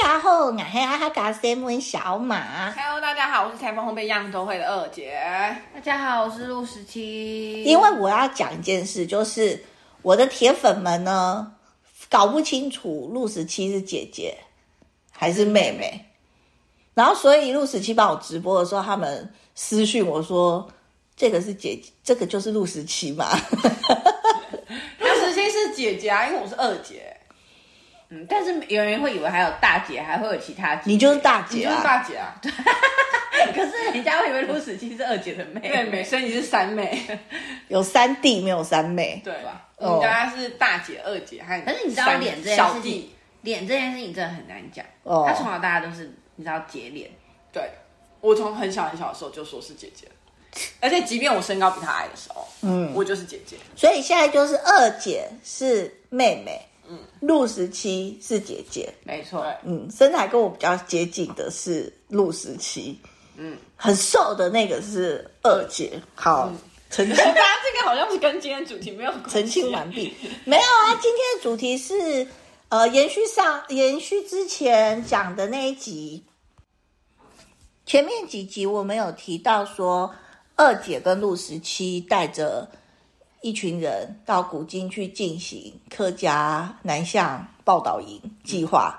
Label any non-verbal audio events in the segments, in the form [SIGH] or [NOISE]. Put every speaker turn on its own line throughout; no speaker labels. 家好，我是阿哈嘎 Sam 小马。
Hello，大家好，我是台风烘焙样都会的二姐。
大家好，我是陆十七。
因为我要讲一件事，就是我的铁粉们呢，搞不清楚陆十七是姐姐还是妹妹，然后所以陆十七帮我直播的时候，他们私讯我说：“这个是姐姐，这个就是陆十七嘛。 [LAUGHS]
她实际是姐姐啊，因为我是二姐，
嗯，但是有人会以为还有大姐，还会有其他姐”姐。
你就是大
你
姐
就是
啊！
大
[LAUGHS]
姐啊，
可是人家会以为陆十七是二姐的妹
妹妹，所以你是三妹，
有三弟没有三妹，
对吧？
哦
我们家是大姐、二姐和
可是你知道
三
脸这件
小
事
弟
情，脸这件事情真的很难讲。
哦
他从小到大都是你知道姐脸，
对，我从很小很小的时候就说是姐姐，而且即便我身高比她矮的时候，嗯，我就是姐姐。
所以现在就是二姐是妹妹，嗯，陆十七是姐姐，
没错。
嗯，身材跟我比较接近的是陆十七，嗯，很瘦的那个是二姐。好，澄
[LAUGHS]
清
大家这个好像是跟今天主题没有关系
澄清完毕。没有啊，今天的主题是呃，延续上延续之前讲的那一集，前面几集我们有提到说，二姐跟陆十七带着一群人到古今去进行客家南向报道营计划。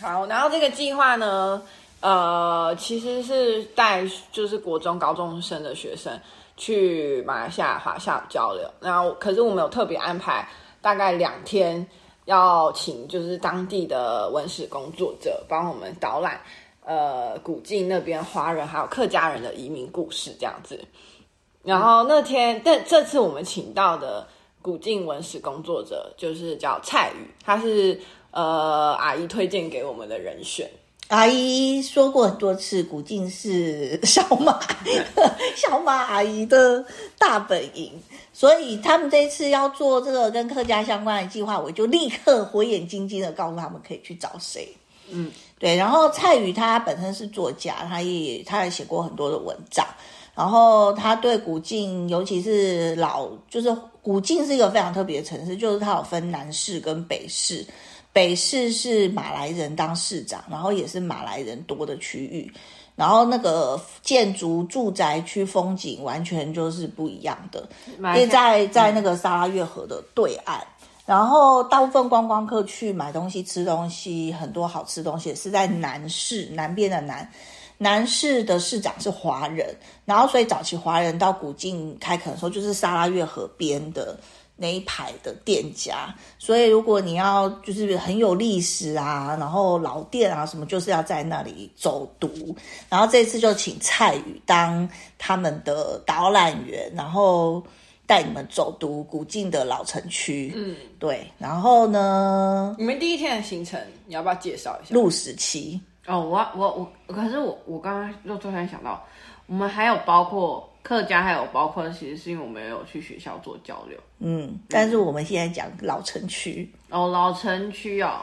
好，然后这个计划呢，呃，其实是带就是国中高中生的学生去马来西亚华夏交流，然后可是我们有特别安排大概两天，要请就是当地的文史工作者帮我们导览。呃，古晋那边华人还有客家人的移民故事这样子，然后那天，但这次我们请到的古晋文史工作者就是叫蔡宇，他是呃阿姨推荐给我们的人选。
阿姨说过很多次，古晋是小马 [LAUGHS] 小马阿姨的大本营，所以他们这一次要做这个跟客家相关的计划，我就立刻火眼金睛的告诉他们可以去找谁。嗯，对。然后蔡宇他本身是作家，他也他也写过很多的文章，然后他对古晋，尤其是老，就是古晋是一个非常特别的城市，就是它有分南市跟北市。北市是马来人当市长，然后也是马来人多的区域，然后那个建筑、住宅区风景完全就是不一样的，因为在在那个沙拉越河的对岸。然后大部分观光客去买东西、吃东西，很多好吃东西也是在南市南边的南，南市的市长是华人，然后所以早期华人到古晋开垦的时候，就是沙拉越河边的那一排的店家，所以如果你要就是很有历史啊，然后老店啊什么，就是要在那里走读。然后这次就请蔡宇当他们的导览员，然后带你们走读古晋的老城区。嗯，对。然后呢，
你们第一天的行程，你要不要介绍一下？
陆十七。
哦，我我我，可是我我刚刚又突然想到，我们还有包括客家，还有包括其实是因为我们有去学校做交流。
嗯，但是我们现在讲老城区，
哦，老城区哦，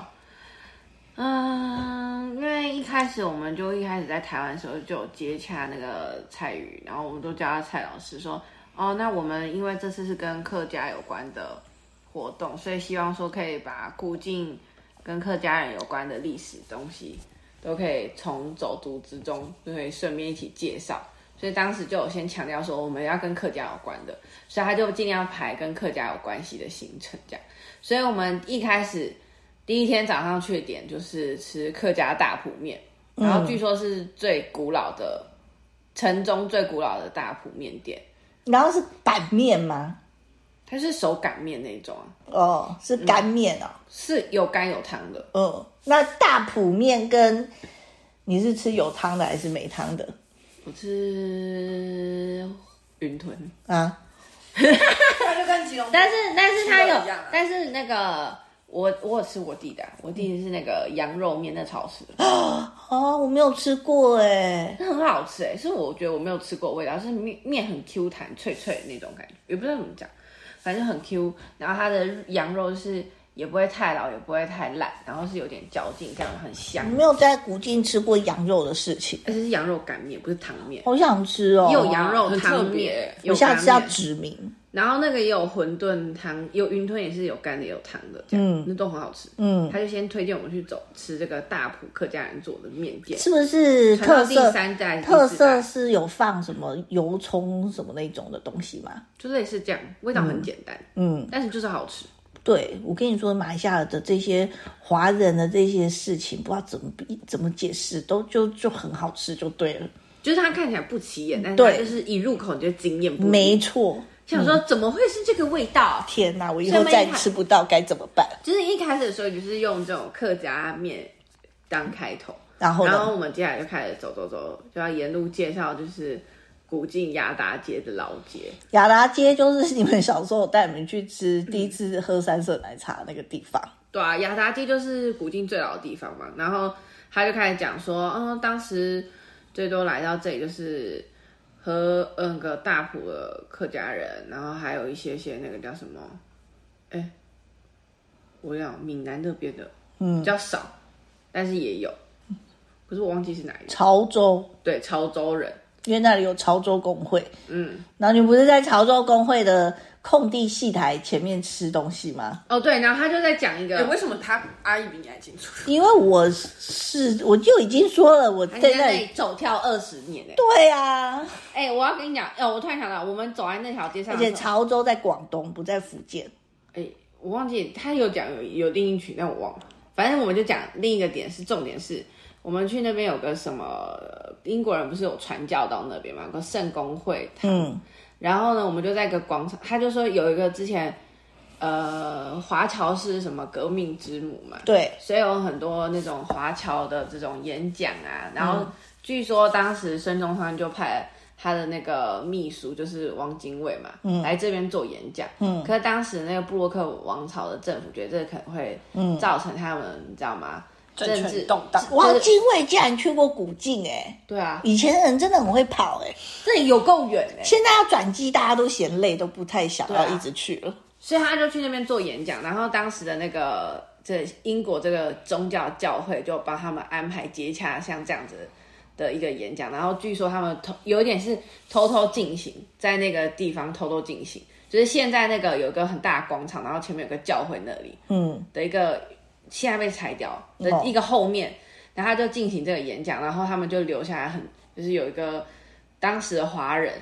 嗯，因为一开始我们就一开始在台湾的时候就有接洽那个蔡宇，然后我们都叫他蔡老师说，哦，那我们因为这次是跟客家有关的活动，所以希望说可以把古晋跟客家人有关的历史东西都可以从走读之中就可以顺便一起介绍。所以当时就有先强调说我们要跟客家有关的，所以他就尽量排跟客家有关系的行程这样。所以我们一开始第一天早上去的点就是吃客家大埔面，然后据说是最古老的城中最古老的大埔面店，
然后是板面吗？
它是手擀面那种啊，
哦，是干面哦。
是有干有汤的。
嗯，那大埔面跟你是吃有汤的还是没汤的
我吃云吞，
啊？
[LAUGHS]
他就跟吉隆
但是但是它
吃
有
的一样啊，
但是那个我我有吃我弟的啊，我弟是那个羊肉面的超市，
哦，我没有吃过哎。
那很好吃哎、是我觉得我没有吃过的味道，是面面很 Q 弹脆脆的那种感觉，也不知道怎么讲，反正很 Q。然后它的羊肉是也不会太老，也不会太烂，然后是有点嚼劲，这样很香
我。没有在古晋吃过羊肉的事情，
而且是羊肉擀面，不是汤面，
好想吃哦。
也有羊肉
很特
汤
别
面
欸，
有
我下次要
干面
指名。
然后那个也有馄饨汤，有云吞也是有干的，也有汤的，这样、
嗯
那都很好吃。
嗯，
他就先推荐我们去走吃这个大埔客家人做的面店，
是不是
传到
特
第
色？
三代、
特
第四代
色是有放什么油葱什么那种的东西吗？
就类似这样，味道很简单，
嗯，
但是就是好吃。
对，我跟你说，马来西亚的这些华人的这些事情，不知道怎么比怎么解释，都就就很好吃就对了。
就是它看起来不起眼，但是
嗯
它
对
就是一入口你就惊艳不已。
没错，
想说怎么会是这个味道？
天哪，我以
所
后
以
再
麦
吃不到该怎么办？
就是一开始的时候，就是用这种客家面当开头，
然后
然
呢
后？我们接下来就开始走走走，就要沿路介绍就是古晋雅达街的老街，
雅达街就是你们小时候带你们去吃第一次喝三色奶茶那个地方。
对啊，雅达街就是古晋最老的地方嘛。然后他就开始讲说，嗯，当时最多来到这里就是和呃那个大埔的客家人，然后还有一些些那个叫什么，哎，我讲闽南那边的，嗯，比较少，但是也有，可是我忘记是哪一个，
潮州，
对，潮州人，
因为那里有潮州工会，
嗯，
然后你不是在潮州工会的空地戏台前面吃东西吗？
哦对，然后他就在讲一个，
哎为什么他阿姨比你还清楚？
因为我是我就已经说了，我
他
在
在
那
那
里
里。走跳二十年呢、
对啊，
哎、我要跟你讲，哦，我突然想到，我们走在那条街上
而
的时候，
且潮州在广东，不在福建。
哎、我忘记他有讲有有另一群，但我忘了。反正我们就讲另一个点是重点是，我们去那边有个什么呃英国人不是有传教到那边嘛，有个圣公会堂。
嗯
然后呢，我们就在一个广场，他就说有一个之前呃华侨是什么革命之母嘛，
对，
所以有很多那种华侨的这种演讲啊，然
嗯
后据说当时孙中山就派他的那个秘书就是汪精卫嘛，
嗯
来这边做演讲，嗯，可是当时那个布洛克王朝的政府觉得这可能会造成他们，你知道吗？政治
嗯权动荡
汪精卫竟然去过古晋哎、
对啊，
以前人真的很会跑哎、
这里有够远哎、
现在要转机大家都嫌累，都不太想
啊
要一直去了。
所以他就去那边做演讲，然后当时的那个这英国这个宗教教会就帮他们安排接洽像这样子的一个演讲，然后据说他们偷有一点是偷偷进行，在那个地方偷偷进行，就是现在那个有一个很大的广场，然后前面有个教会那里
嗯，
的一个现在被拆掉的
哦
一个后面，然后他就进行这个演讲，然后他们就留下来很就是有一个当时的华人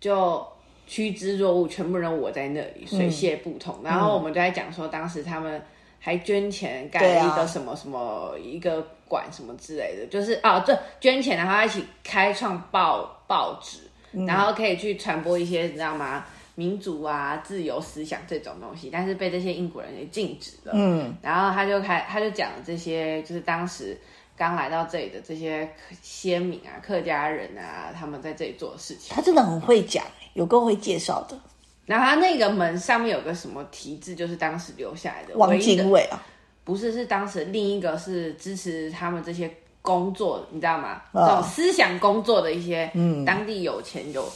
就趋之若鹜，全部人我在那里，水泄不通。嗯啊然后我们就在讲说，当时他们还捐钱盖
对
了
啊
一个什么什么一个馆什么之类的，就是啊，对，捐钱然后一起开创报报纸，然后可以去传播一些你知道吗？民主啊、自由思想这种东西，但是被这些英国人给禁止了。嗯，然后他就开，他就讲了这些，就是当时刚来到这里的这些先民啊、客家人啊，他们在这里做的事情。
他真的很会讲、有够会介绍的。
然后他那个门上面有个什么题字，就是当时留下来的。
汪
唯一的
精卫啊，
不是，是当时另一个是支持他们这些工作，你知道吗？
啊
这种思想工作的一些，嗯，当地有钱有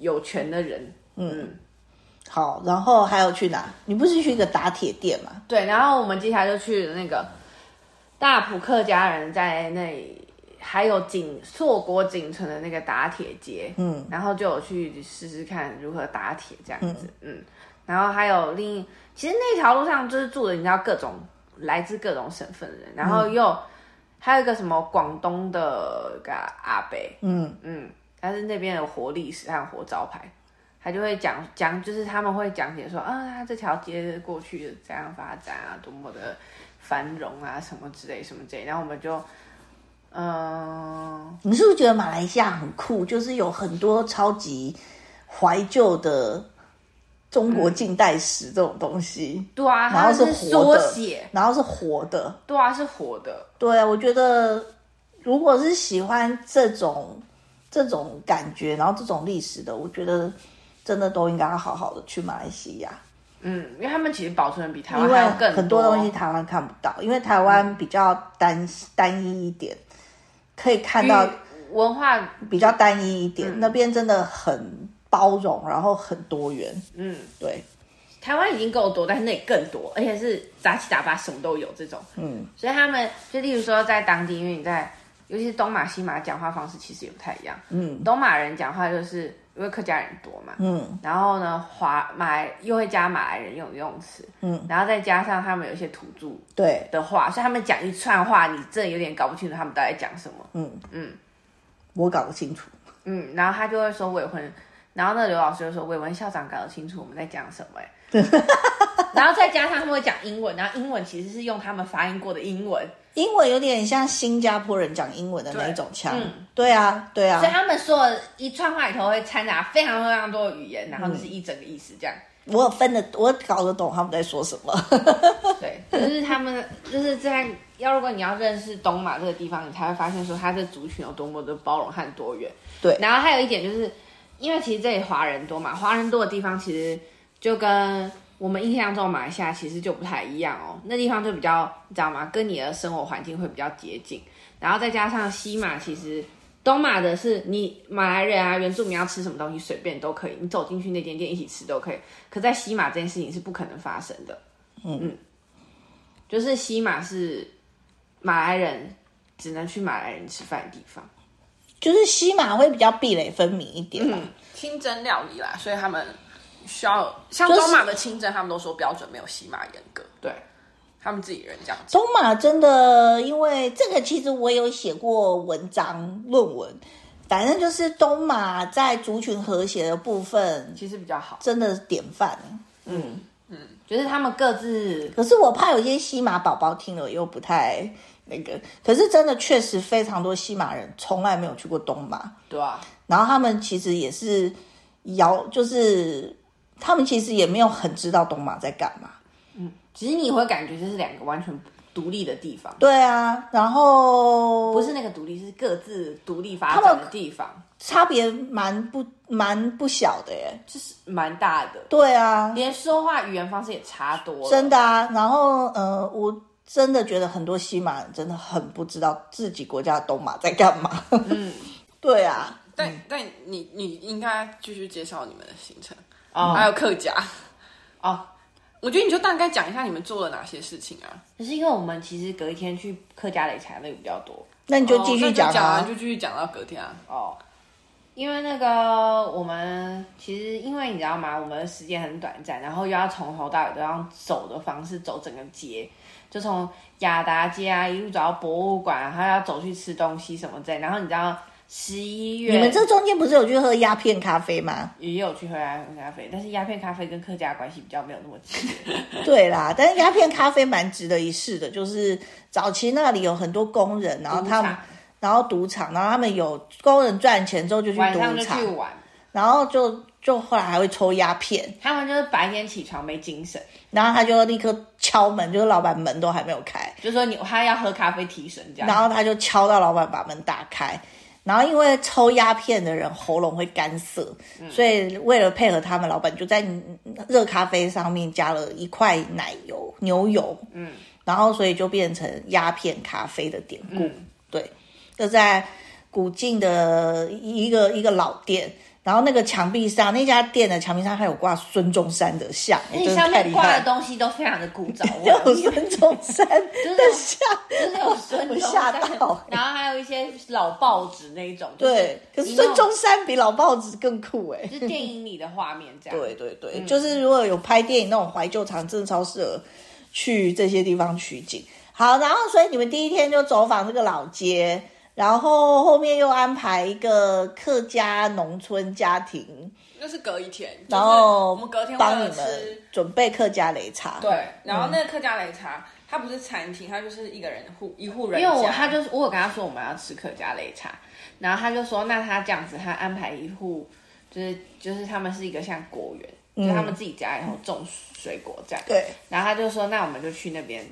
有权的人，嗯，
好，然后还有去哪？你不是去一个打铁店吗？
对。然后我们接下来就去了那个大埔客家人在那里，还有景硕国景城的那个打铁街，
嗯，
然后就有去试试看如何打铁这样子，嗯然后还有另一，其实那条路上就是住的，你知道各种来自各种省份的人，然后又、还有一个什么广东的一个阿伯，
嗯，
嗯，他是那边有活历史和活招牌，他就会讲讲，就是他们会讲解说，啊，他这条街过去怎样发展啊，多么的繁荣啊，什么之类什么之类，然后我们就，呃嗯、
你是不是觉得马来西亚很酷？就是有很多超级怀旧的中国近代史这种东西，
对啊，
然后
它是
活
缩
的
写，，
然后是活的。
对啊，是活的，
对啊，我觉得如果是喜欢这种这种感觉，然后这种历史的，我觉得真的都应该要好好的去马来西亚。
嗯，因为他们其实保存得比台
因
湾
为
还要更
很多
多
东西台湾看不到，因为台湾比较单单一一点，可以看到
与文化，
比较单一一点，
嗯
那边真的很包容，然后很多元，
嗯，
对，
台湾已经够多，但是那里更多，而且是杂七杂八什么都有这种，
嗯，
所以他们就例如说在当地，因为你在，尤其是东马西马讲话方式其实也不太一样，
嗯，
东马人讲话就是因为客家人多嘛，
嗯
然后呢，华马来又会加马来人用用词，
嗯，
然后再加上他们有一些土著
对，
的话，所以他们讲一串话，你真的有点搞不清楚他们到底在讲什么。
嗯
嗯
我搞不清楚。
嗯，然后他就会说伟文，然后那个刘老师就说伟文校长搞得清楚我们在讲什么、欸。
[LAUGHS]
然后再加上他们会讲英文，然后英文其实是用他们发音过的英文，
英文有点像新加坡人讲英文的那一种腔，对啊，对
嗯所以
啊，
他们说的一串话里头会掺杂非常非常多的语言，然后
嗯
就是一整个意思这样。
我有分的，我搞得懂他们在说什么。
对，就是他们就是在要，如果你要认识东马这个地方，你才会发现说它这族群有多么的包容和多元。
对
然后还有一点就是，因为其实这里华人多嘛，华人多的地方其实就跟我们印象中的马来西亚其实就不太一样哦，那地方就比较你知道吗？跟你的生活环境会比较接近，然后再加上西马其实。东马的是你马来人啊，原住民要吃什么东西随便都可以，你走进去那间店一起吃都可以。可在西马这件事情是不可能发生的，就是西马是马来人只能去马来人吃饭的地方。
就是西马会比较壁垒分明一点吧，
嗯
清真料理啦，所以他们需要像
就是
中马的清真，他们都说标准没有西马严格，
对，
他们自己人这样子。
中马真的，因为这个其实我有写过文章论文，反正就是东马在族群和谐的部分
其实比较好，
真的是典范。
就是他们各自
可是我怕有些西马宝宝听了又不太那个，可是真的确实非常多西马人从来没有去过东马，
对啊，
然后他们其实也是摇，就是他们其实也没有很知道东马在干嘛。
只是你会感觉这是两个完全独立的地方，
对啊，然后
不是那个独立，是各自独立发
他
展
们
的地方，
差别蛮不蛮不小的耶。
就是蛮大的，
对啊，
连说话语言方式也差多了，
真的啊。然后呃，我真的觉得很多西马人真的很不知道自己国家的东马在干嘛。嗯， [LAUGHS] 对啊，
但但你你应该继续介绍你们的行程，
哦
还有客家。
哦。
[LAUGHS] 我觉得你就大概讲一下你们做了哪些事情啊。
可是因为我们其实隔一天去客家擂茶那个比较多
那你就继
哦那
续
就讲
啊
完。就继续讲到隔天啊。
哦，因为那个我们其实因为你知道吗，我们的时间很短暂，然后又要从头到尾都要用走的方式走整个街，就从雅达街啊一路走到博物馆，然后要走去吃东西什么之类。然后你知道十一月
你们这中间不是有去喝鸦片咖啡吗？
也有去喝鸦片咖啡，但是鸦片咖啡跟客家关系比较没有那么近。
对啦，但是鸦片咖啡蛮值得一试的，就是早期那里有很多工人，然后他们
赌场，
然后赌场，然后他们有工人赚钱之后就去
晚上
赌
就
场
去，玩，
然后就就后来还会抽鸦片，
他们就是白天起床没精神，
然后他就立刻敲门，就是老板门都还没有开，
就说你他要喝咖啡提神这样。
然后他就敲到老板把门打开。然后因为抽鸦片的人喉咙会干涩，
嗯
所以为了配合他们，老板就在热咖啡上面加了一块奶油牛油，
嗯
然后所以就变成鸦片咖啡的典故。
嗯，
对，就在古晋的一个一个老店，然后那个墙壁上那家店的墙壁上还有挂孙中山的像，
而
真
且
的
上
太
面
厉
挂
害
的
了。
东西都非常的古 [LAUGHS] 早味，
有 [LAUGHS] 孙中山
是
的像，
就是有孙中
我
山，
吓到
然后还有一些老报纸那一种，就是
对，可是
你那
孙
种
中山比老报纸更酷哎、
就是电影里的画面这样，
对对对，就是如果有拍电影那种怀旧场，真的超适合去这些地方取景。好，然后所以你们第一天就走访这个老街，然后后面又安排一个客家农村家庭，
那是隔一天，就是
然后
我们隔天为
帮你
了
们
吃
准备客家擂茶。
对，然后那个客家擂茶，它不是餐厅，它就是一个人户一户人
因为我
家
他就是我有跟他说我们要吃客家擂茶，然后他就说那他这样子他安排一户就是就是他们是一个像果园，就是他们自己家然后种水果这样，
嗯对，
然后他就说那我们就去那边，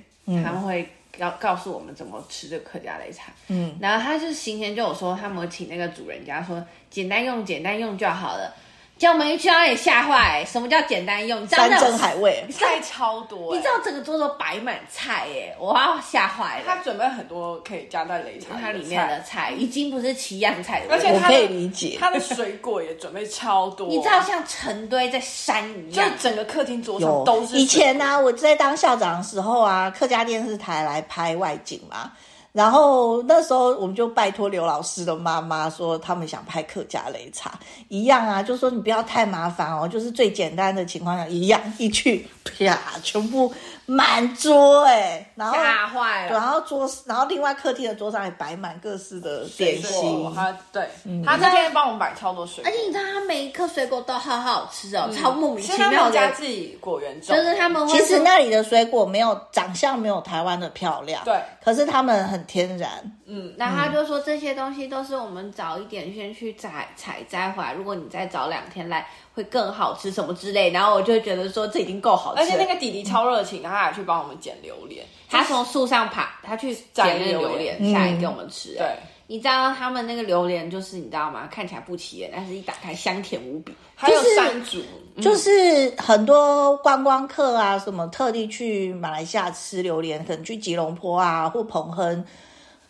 他们会告告诉我们怎么吃这个客家擂茶，嗯，然后他就是行前就有说他们有请那个主人家说简单用简单用就好了，叫我们一去那里吓坏，什么叫简单用？你知道
山
那
珍
种
海味。
菜超多、欸，
你知道整个桌子都摆满菜耶，我要吓坏
他
了。
准备很多可以加在擂茶
它里面
菜
的菜已经不是七样菜的
而
味道，
且
我
他
可以理解
他的水果也准备超多，
[LAUGHS]
啊
你知道像成堆在山一
就
样，
整个客厅桌上
有啊
都是水果
以前呢、我在当校长的时候啊，客家电视台来拍外景嘛，然后那时候我们就拜托刘老师的妈妈说，他们想拍客家擂茶，一样啊，就说你不要太麻烦哦，就是最简单的情况下，一样一去啪，全部满桌哎、然后
吓坏
然
啊
后
了。
桌，然后另外客厅的桌上也摆满各式的点心，嗯
他对他那天帮我们摆超多水
而
果
且，你知道，他每一颗水果都好好吃哦，超莫名
其实
其
他
妙
们家
的。
自己果园种
就，是他们会
其实
说
那里的水果没有长相没有台湾的漂亮，
对，
可是他们很天然，
嗯，
然后他就说这些东西都是我们早一点先去采采摘回来，如果你再早两天来会更好吃什么之类。然后我就觉得说这已经够好吃
而
了。
且那个弟弟超热情，然后他还去帮我们捡榴莲，
他从树上爬，他去
摘
捡那个
榴
榴
莲
莲下来给我们吃。
对，
你知道他们那个榴莲就是你知道吗？看起来不起眼，但是一打开香甜无比。
还有山竹，
就是很多观光客啊，什么特地去马来西亚吃榴莲，可能去吉隆坡啊或彭亨，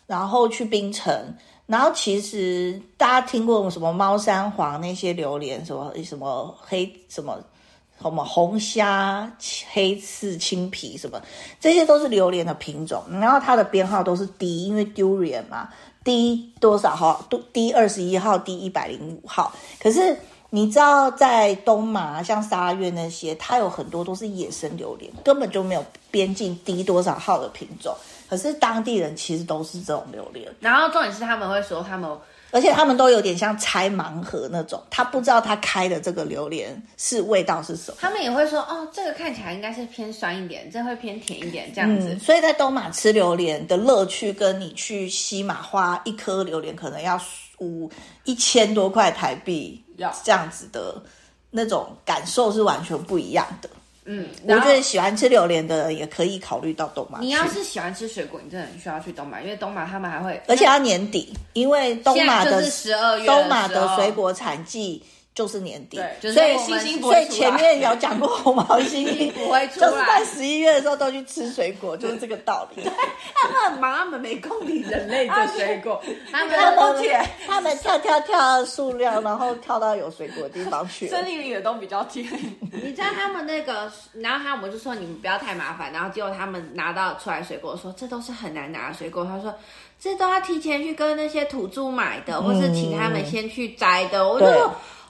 然后去槟城。然后其实大家听过什么猫山皇那些榴莲，什么什么黑什么什么红虾、黑刺、青皮什么，这些都是榴莲的品种。然后它的编号都是 D，因为 durian 嘛，D 多少号？D 二十一号，D 一百零五号。可是你知道，在东马像沙拉越那些，它有很多都是野生榴莲，根本就没有边境 D 多少号的品种。可是当地人其实都是这种榴莲，
然后重点是他们会说他们
而且他们都有点像拆盲盒那种，他不知道他开的这个榴莲是味道是什么。
他们也会说哦，这个看起来应该是偏酸一点，这会偏甜一点这样子。
嗯，所以在东马吃榴莲的乐趣，跟你去西马花一颗榴莲可能要五一千多块台币
要，
这样子的那种感受是完全不一样的。
嗯，
我
然后
觉得喜欢吃榴莲的人也可以考虑到东马去。
你要是喜欢吃水果，你真的很需要去东马，因为东马他们还会，
而且要年底，因为东马
现在
的
就是12月的时候
东马的水果产季就是年底，
对
所以
就是我
星
们
星不
所
会
以
出来
前面有讲过红毛
[LAUGHS]
猩猩
不会出
就
来
是在十一月的时候都去吃水果，就是这个道理。
他们很忙，他们没空理人类的水果，
啊
他们
他
了
们
解
[LAUGHS] 他们跳跳跳塑料，然后跳到有水果的地方
[LAUGHS]
去了。
[LAUGHS] 森林里的都比较
[LAUGHS]
甜，
你知道他们那
[LAUGHS]
个，然后他们就说你们不要太麻烦，然后结果他们拿到出来水果说这都是很难拿的水果，他说这都要提前去跟那些土著买的，
嗯
或是请他们先去摘的。我就
对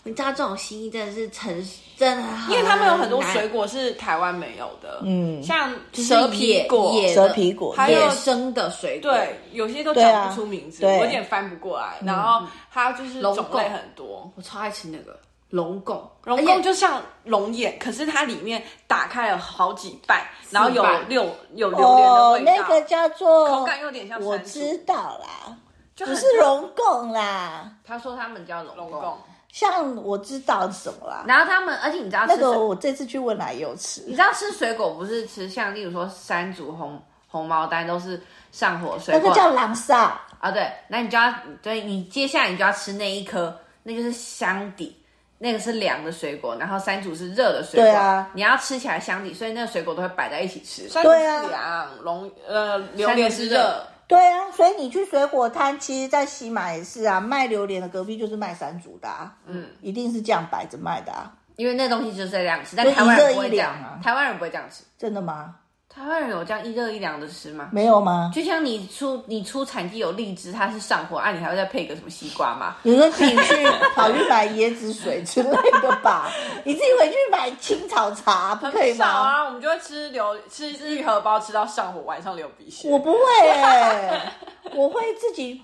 你知道这种心意真的是诚实，真的很
因为他们有很多
难
水果是台湾没有的，
嗯
像
就是
蛇皮
野
果，
野
蛇
的
皮果
还有
野生的水果，
对，有些都
对啊
讲不出名字，
对
我有点翻不过来。然后它就是
龙
种类
贡
很多，
我超爱吃那个龙贡，
龙
而
宫
且
就像龙眼，可是它里面打开了好几瓣，然后有
瓣
六有榴莲的
哦，
味
那
道，
个叫做
口感有点像
我
山竹
知道啦，
就
不
很
是龙贡
[LAUGHS]
啦，
他说他们叫龙
龙
贡
贡，，
像我知道什么啦。
然后他们，而且你知道吃
那
什
个
么
我这次去问来有吃，
你知道吃水果不是吃像例如说山竹、红红毛丹都是上火水
那
果
个叫狼萨。
啊，对，那你就要对你接下来你就要吃那一颗，那就是香底，那个是凉的水果，然后山竹是热的水果，
对啊，
你要吃起来香底，所以那个水果都会摆在一起吃。
山竹
对啊
是凉，龙呃榴莲是热，
对啊，所以你去水果摊，其实，在西马也是啊，卖榴莲的隔壁就是卖山竹的、啊，嗯，一定是这样摆着卖的啊，
因为那东西就是这样吃，但
就
台湾人
一热
不会
一
这样，
凉啊
台湾人不会这样吃。
真的吗？
台湾人有这样一热一凉的吃吗？
没有吗？
就像你出你出产地有荔枝，它是上火，啊，你还会再配个什么西瓜吗？
你说自己去跑去买椰子水之类的吧，
[LAUGHS]
你自己回去买青草茶，不可以
很少
吗？
啊，我们就会吃榴吃玉荷包，吃到上火，晚上流鼻血。
我不会、欸，我会自己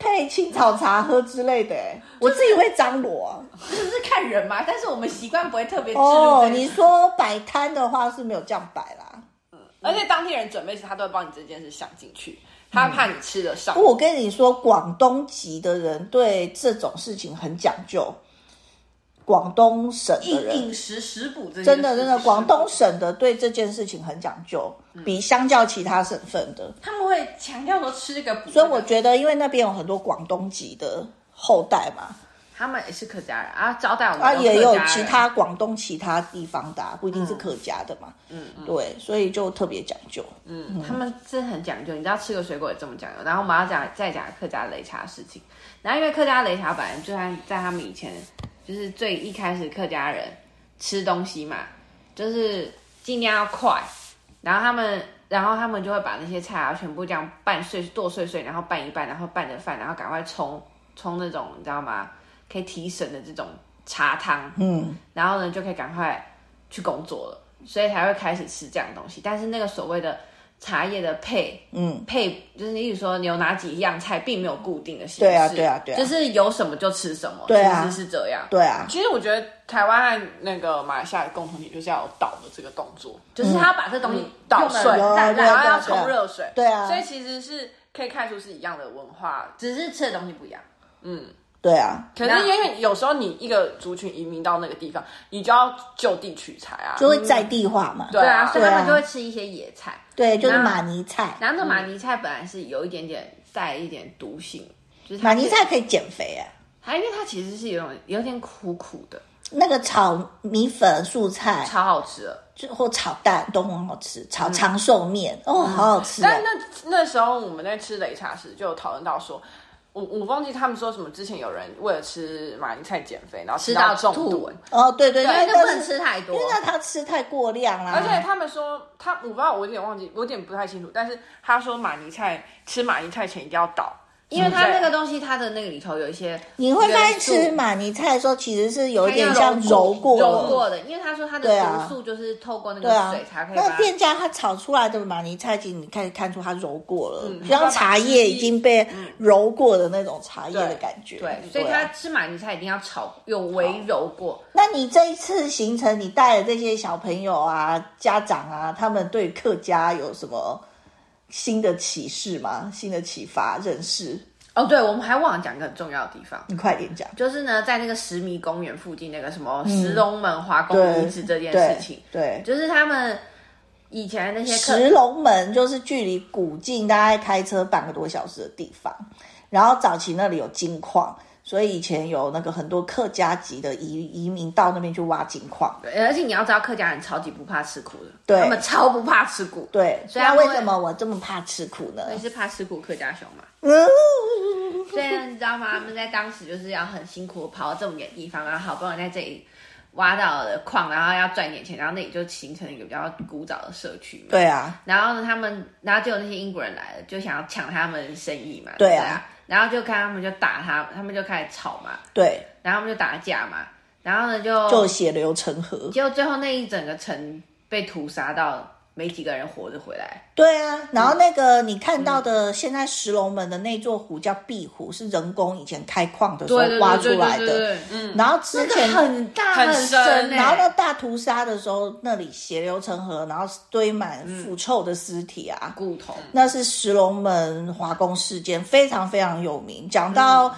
配青草茶喝之类的、欸，我自己会张罗啊、
这是看人嘛，但是我们习惯不会特别吃。
哦，你说摆摊的话是没有这样摆啦。
而且当地人准备时，他都会帮你这件事想进去，他怕你吃得上。
我跟你说，广东籍的人对这种事情很讲究。广东省的
饮
人
饮食食补这件
真的真的，
事
广东省的对这件事情很讲究，
嗯
比相较其他省份的。
他们会强调说吃这个补，
所以我觉得，因为那边有很多广东籍的后代嘛，
他们也是客家人啊，招待我们
啊，
都
也
客
有
家
其
人
他广东其他地方的、啊，不一定是客家的嘛。嗯，对，所以就特别讲究。
他
嗯
们真的很讲究，你知道吃个水果也这么讲究。然后我们要讲再讲客家擂茶的事情。然后因为客家擂茶本来就算在他们以前，就是最一开始客家人吃东西嘛，就是尽量要快。然后他们然后他们就会把那些菜啊全部这样拌碎剁碎碎，然后拌一拌，然后拌着饭，然后赶快冲冲那种你知道吗？可以提神的这种茶汤，
嗯，
然后呢就可以赶快去工作了，所以才会开始吃这样的东西。但是那个所谓的茶叶的配，
嗯，
配就是例如说你有哪几样菜，并没有固定的形式，
对啊对啊对啊
就是有什么就吃什么，
对啊
其实是这样，
对啊，
其实我觉得台湾和那个马来西亚的共同点就是要有倒的这个动作，
就是他把这东
嗯
西
捣
用得
碎
烂烂
对
然后
对
要
对
冲热水，
对啊
所以其实是可以看出是一样的文化。
只是吃的东西不一样。
对啊，
可是因为有时候你一个族群移民到那个地方，你就要就地取材啊，
就会在地化嘛，
对啊
所以他
对啊
们就会吃一些野菜。
对，就是
那
马尼菜，
然后那马尼菜本来是有一点点带一点毒性，就是它
马尼
是
菜，可以减肥哎、
它因为它其实是有点有点苦苦的，
那个炒米粉、素菜
超好吃的。
就或炒蛋都很好吃，炒
嗯
长寿面、哦，好好吃、
但
哦。
那那时候我们在吃擂茶时，就有讨论到说，我我忘记他们说什么，之前有人为了吃马铃菜减肥，然后
吃到
到中
吐
毒。
哦，对对，因
对，
为
因为不
那
能
是
吃太多
因为。那他吃太过量啊啦、
而且他们说，他我不知道，我有点忘记，我有点不太清楚。但是他说马尼菜吃马尼菜前一定要倒，
因为它那个东西，它的那个里头有一些
你会发现
元素
吃马尼菜的时候，其实是有
它
一点
要
像
揉
过
揉
了
过的，因为他说它
对
的
啊
毒素就是透过那
对
个
啊
水才可，以把
那
它。
店家他炒出来的马尼菜，其实你可以看出它揉过了，
嗯
就
它
像
把
茶叶
汁
已经被揉过的那种茶叶的
对
感觉。
对，所以
啊
他吃马尼菜一定要炒，有微揉过。
那你这一次行程，你带的这些小朋友啊、家长啊，他们对客家有什么新的启示吗？新的启发认识？
哦，对，我们还忘了讲一个很重要的地方，
你快点讲。
就是呢，在那个石迷公园附近那个什么石龙门华宫
对
遗址这件事情，
嗯对，
就是他们以前那些客
石龙门就是距离古晋大概开车半个多小时的地方，然后早期那里有金矿。所以以前有那个很多客家籍的移移民到那边去挖金矿，
呃而且你要知道，客家人超级不怕吃苦的，
对
他们超不怕吃苦，
对，
所以
那
他
为
会
什么我这么怕吃苦呢？
你是怕吃苦客家熊嘛？
嗯，
所以呢你知道吗？他们在当时就是要很辛苦跑到这么远的地方，然后好不容易在这里挖到了矿，然后要赚点钱，然后那里就形成了一个比较古早的社区嘛。
对啊，
然后呢，他们，然后就有那些英国人来了，就想要抢他们生意嘛，
对啊
不然后就看他们就打他，他们就开始吵嘛，
对，
然后他们就打架嘛，然后呢就
就血流成河。
结果最后那一整个城被屠杀到没几个人活着回来，
对啊，然后那个你看到
嗯
的现在石龙门的那座湖叫壁湖，是人工以前开矿的时候挖出来的。，
嗯，
然后之
那个
前，
很大
很
深
深
欸，
然后到大屠杀的时候，那里血流成河，然后堆满腐臭的尸体啊。
骨头，
那是石龙门华工事件，非常非常有名。讲到、
嗯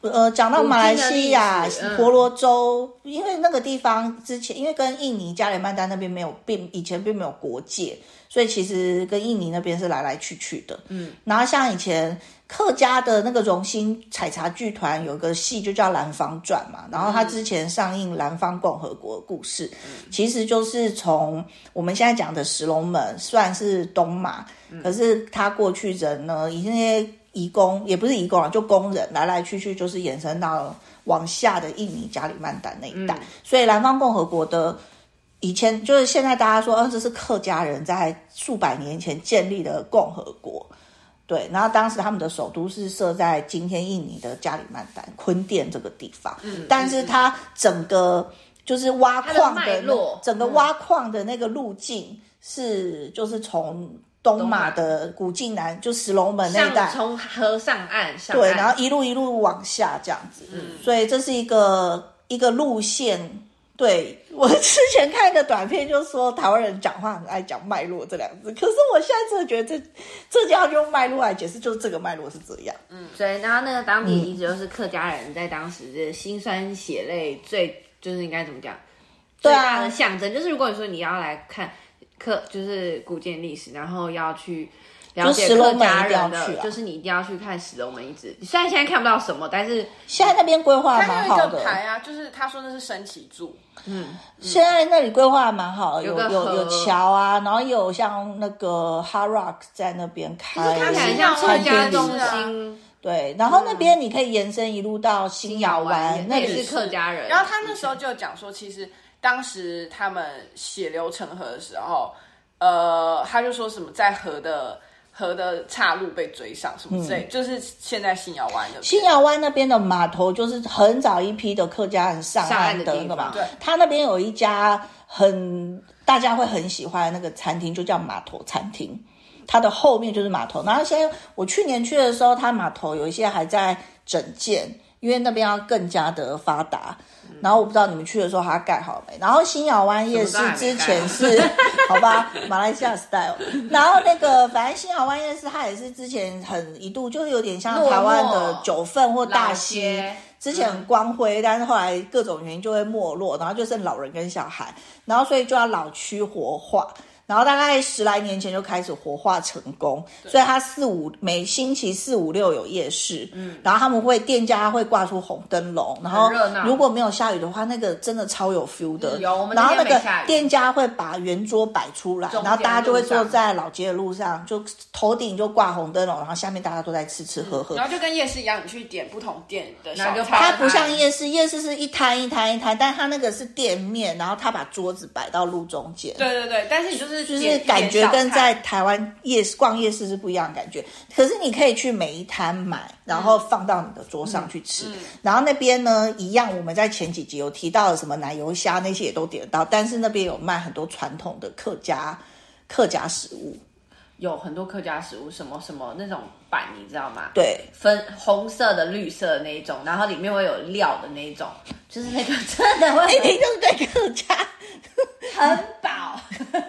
呃，讲到马来西亚
古晋的历史嗯
婆罗洲，因为那个地方之前因为跟印尼加里曼丹那边没有并以前并没有国界，所以其实跟印尼那边是来来去去的。嗯，然后像以前客家的那个荣兴采茶剧团有个戏就叫《兰芳传》
嗯
嘛，然后它之前上映《兰芳共和国》故事，
嗯
其实就是从我们现在讲的石龙门算是东马，
嗯
可是它过去人呢，以那些移工也不是移工啊，就工人来来去去，就是延伸到往下的印尼加里曼丹那一带，
嗯
所以南方共和国的。以前就是现在大家说，呃，这是客家人在数百年前建立的共和国，对。然后当时他们的首都是设在今天印尼的加里曼丹坤甸这个地方，但是它整个就是挖矿
嗯它的脉络嗯
整个挖矿的那个路径是就是从东马的古晋南就石龙门那一带
像，从河上岸上
对，
岸
然后一路一路往下这样子，
嗯
所以这是一个一个路线。对我之前看一个短片，就说台湾人讲话很爱讲脉络这两个字，可是我现在真的觉得这这就要用脉络来解释，就是这个脉络是这样。
所以，然后那个当
嗯
地遗址就是客家人在当时的辛酸血泪最，就是应该怎么讲？
对啊
最大的象征就是如果你说你要来看客，就是古建历史，然后要去了解
就石
客
龙门
家人
一定要去
的，
啊
就是你一定要去看石龙门遗址。虽然现在看不到什么，但是
现在那边规划得
它
蛮
有
好
一
的
个，牌啊，就是他说那是升旗柱，
现在那里规划得蛮好的，有
有个
有有
河
桥啊，然后有像那个 Hard Rock 在那边开
看
看
起
起
来
来
像客
像
餐
家嗯
客家
厅
中
中
里
心
啊
心啊
对，然后那边你可以延伸一路到新
小
窑湾，那
那
里
也是客家人。
然后他那时候就讲说，其实当时他们血流成河的时候，呃，他就说什么在河的河的岔路被追上什么之类，就是现在新窑湾的
新窑湾那边的码头就是很早一批的客家人上
上岸
岸
的
的
地
那个
方
嘛
对，
他那边有一家很大家会很喜欢的那个餐厅，就叫码头餐厅。它的后面就是码头，然后现在我去年去的时候，它码头有一些还在整建，因为那边要更加的发达。
嗯
然后我不知道你们去的时候它盖好没？然后新窑湾夜市
什么都还
之
没盖
前
[LAUGHS]
是好吧，马来西亚 style。然后那个反正新窑湾夜市它也是之前很一度就有点像
落寞
台湾的九份或大
老
溪
街，
之前很光辉，但是后来各种原因就会没落，然后就剩老人跟小孩，然后所以就要老区活化。然后大概十来年前就开始活化成功，所以它四五每星期四五六有夜市，嗯，然后他们会店家会挂出红灯笼，然后
很热闹
如果没有下雨的话，那个真的超有 feel 的。
有我们那
然后那
天没
个
下雨
店家会把圆桌摆出来，
中间
然后大家就会
路上
坐在老街的路上，就头顶就挂红灯笼，然后下面大家都在吃吃喝
嗯
喝，
然后就跟夜市一样，你去点不同店的小
然后就
菜啊
它
拍
不像夜市，夜市是一摊一摊一摊，但它那个是店面，然后他把桌子摆到路中间，
对对对，但是你就是
就
就是
感觉跟在台湾夜市逛夜市是不一样的感觉。可是你可以去每一摊买，然后放到你的桌上去吃。然后那边呢，一样我们在前几集有提到的什么奶油虾那些也都点得到，但是那边有卖很多传统的客家客家食物，
有很多客家食物，什么什么那种板，你知道吗？
对。
分红色的、绿色的那一种，然后里面会有料的那一种，就是那个真的会
一定就是对客家，
很饱， [LAUGHS]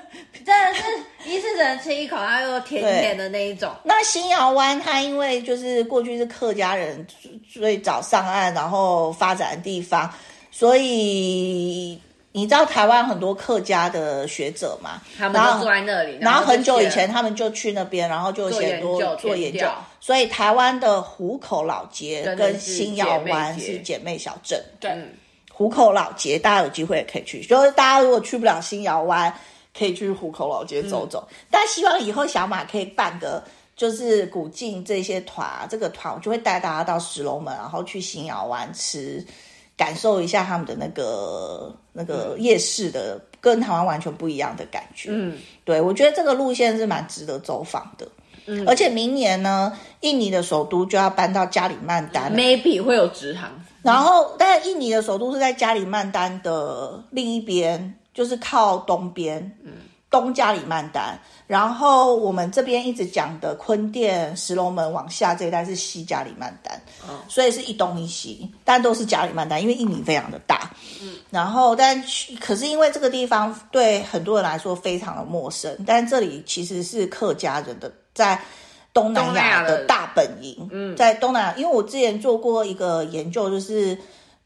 真的是一次只能吃一口，然后又甜甜的那一种。
那新窑湾它因为就是过去是客家人最最早上岸，然后发展的地方，所以你知道台湾很多客家的学者嘛，
他们
然
都
后
坐在那里，
然后
后就
很久以
写
前，他们就去那边，然后就
做
写
研
多
究
做
填
研究
调，
所以台湾的湖口老街
真的
跟
是
新
姐
窑
妹
湾
街
是姐妹小镇。
对。
湖口老街，大家有机会也可以去。就是大家如果去不了新窑湾，可以去湖口老街走走。但希望以后小马可以办个就是古晋这些团啊，这个团我就会带大家到石龙门，然后去新窑湾吃，感受一下他们的那个那个夜市的，跟台湾完全不一样的感觉。嗯，对，我觉得这个路线是蛮值得走访的。嗯，而且明年呢，印尼的首都就要搬到加里曼丹了
maybe 会有直航，
然后，但印尼的首都是在加里曼丹的另一边，就是靠东边，嗯，东加里曼丹。然后我们这边一直讲的坤甸、石龙门往下这一带是西加里曼丹，所以是一东一西，但都是加里曼丹，因为印尼非常的大，嗯。然后，但去可是因为这个地方对很多人来说非常的陌生，但这里其实是客家人的在。东南亚
东南亚
的
的
大本营，嗯，在东南亚，因为我之前做过一个研究，就是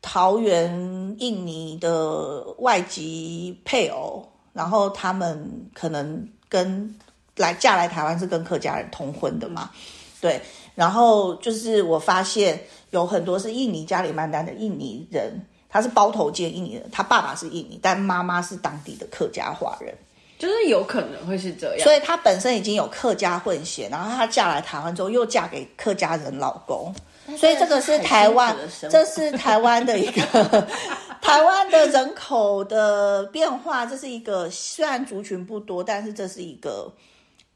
桃园印尼的外籍配偶，然后他们可能跟来嫁来台湾是跟客家人通婚的嘛，对，然后就是我发现有很多是印尼加里曼丹的印尼人，他是包头界印尼人，他爸爸是印尼，但妈妈是当地的客家华人。
就是有可能会是这样。
所以她本身已经有客家混血，然后她嫁来台湾之后又嫁给客家人老公，所以这个是台湾
很辛苦，的生活
这是台湾的一个 [LAUGHS] 台湾的人口的变化，这是一个虽然族群不多，但是这是一个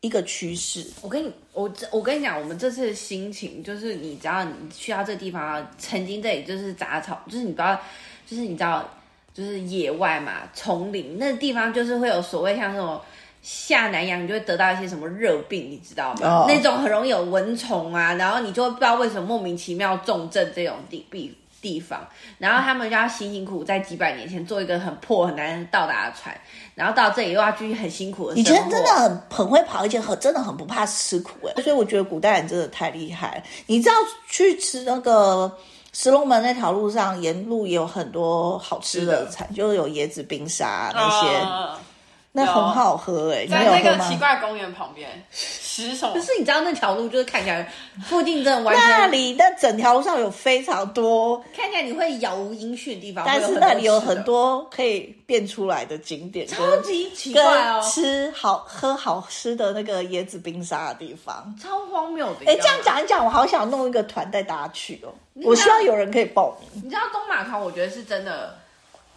一个趋势。
我跟你，我这我跟你讲，我们这次的心情就是，你只要你去到这个地方啊，曾经这里就是杂草，就是你不要，就是你知道，就是野外嘛，丛林那地方就是会有所谓像什么下南洋，你就会得到一些什么热病，你知道吗
哦
那种很容易有蚊虫啊，然后你就会不知道为什么莫名其妙重症这种地地地方，然后他们就要辛辛苦苦在几百年前做一个很破很难到达的船，然后到这里又要继续很辛苦的
以
生活。
前真的很很会跑，而且很真的很不怕吃苦哎、所以我觉得古代人真的太厉害了。你知道去吃那个石龙门那条路上，沿路也有很多好吃的餐，就是有椰子冰沙那些，
嗯
那
有
很好喝哎、你
在
有
那
喝
个奇
吗？
怪公园旁边，石什么
可？是你知道那条路就是看起来附近真的完
那
全
里那整条路上有非常多，
看起来你会杳无音讯的地方，
但是
会
那里有很
吃的
多可以变出来的景点，
超级奇怪
跟
哦，
吃好喝好吃的那个椰子冰沙的地方。
超荒谬的。
哎、
你知
这
道
样
吗，
讲一讲，我好想弄一个团带大家去哦。
知道
我希望有人可以报名，
你知道东马团，我觉得是真的，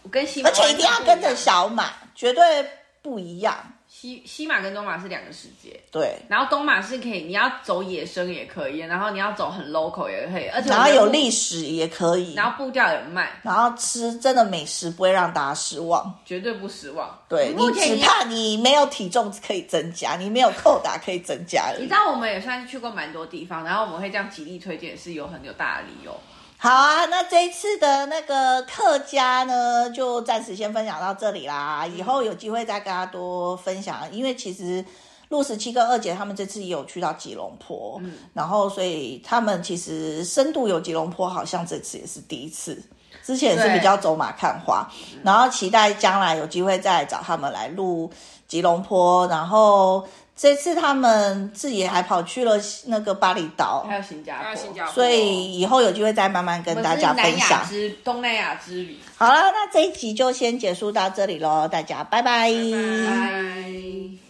我跟西马
而
完
且
全不
一
一
定
样，
要跟着小马，绝对不一样。
西西马跟东马是两个世界，
对，
然后东马是可以，你要走野生也可以，然后你要走很 local 也可以，而且
然后有
力，
历史也可以，
然后步调也慢，
然后吃真的美食不会让大家失望。
绝对不失望。
对你
目前
只
已经
怕你没有体重可以增加，你没有扣打可以增加而
你
已
知。道我们也算是去过蛮多地方，然后我们会这样极力推荐，是有很有大的理由。
好啊，那这一次的那个客家呢，就暂时先分享到这里啦。以后有机会再跟大家多分享，因为其实陆十七跟二姐他们这次也有去到吉隆坡，然后所以他们其实深度游吉隆坡，好像这次也是第一次。之前也是比较走马看花，然后期待将来有机会再找他们来录吉隆坡，然后这次他们自己还跑去了那个巴厘岛，
还有新加
还
坡，
有新加坡
所以以后有机会再慢慢跟
我
大
们是
家分
南
享
亚。之东南亚之旅。
嗯好了，那这一集就先结束到这里喽，大家拜拜
拜
拜。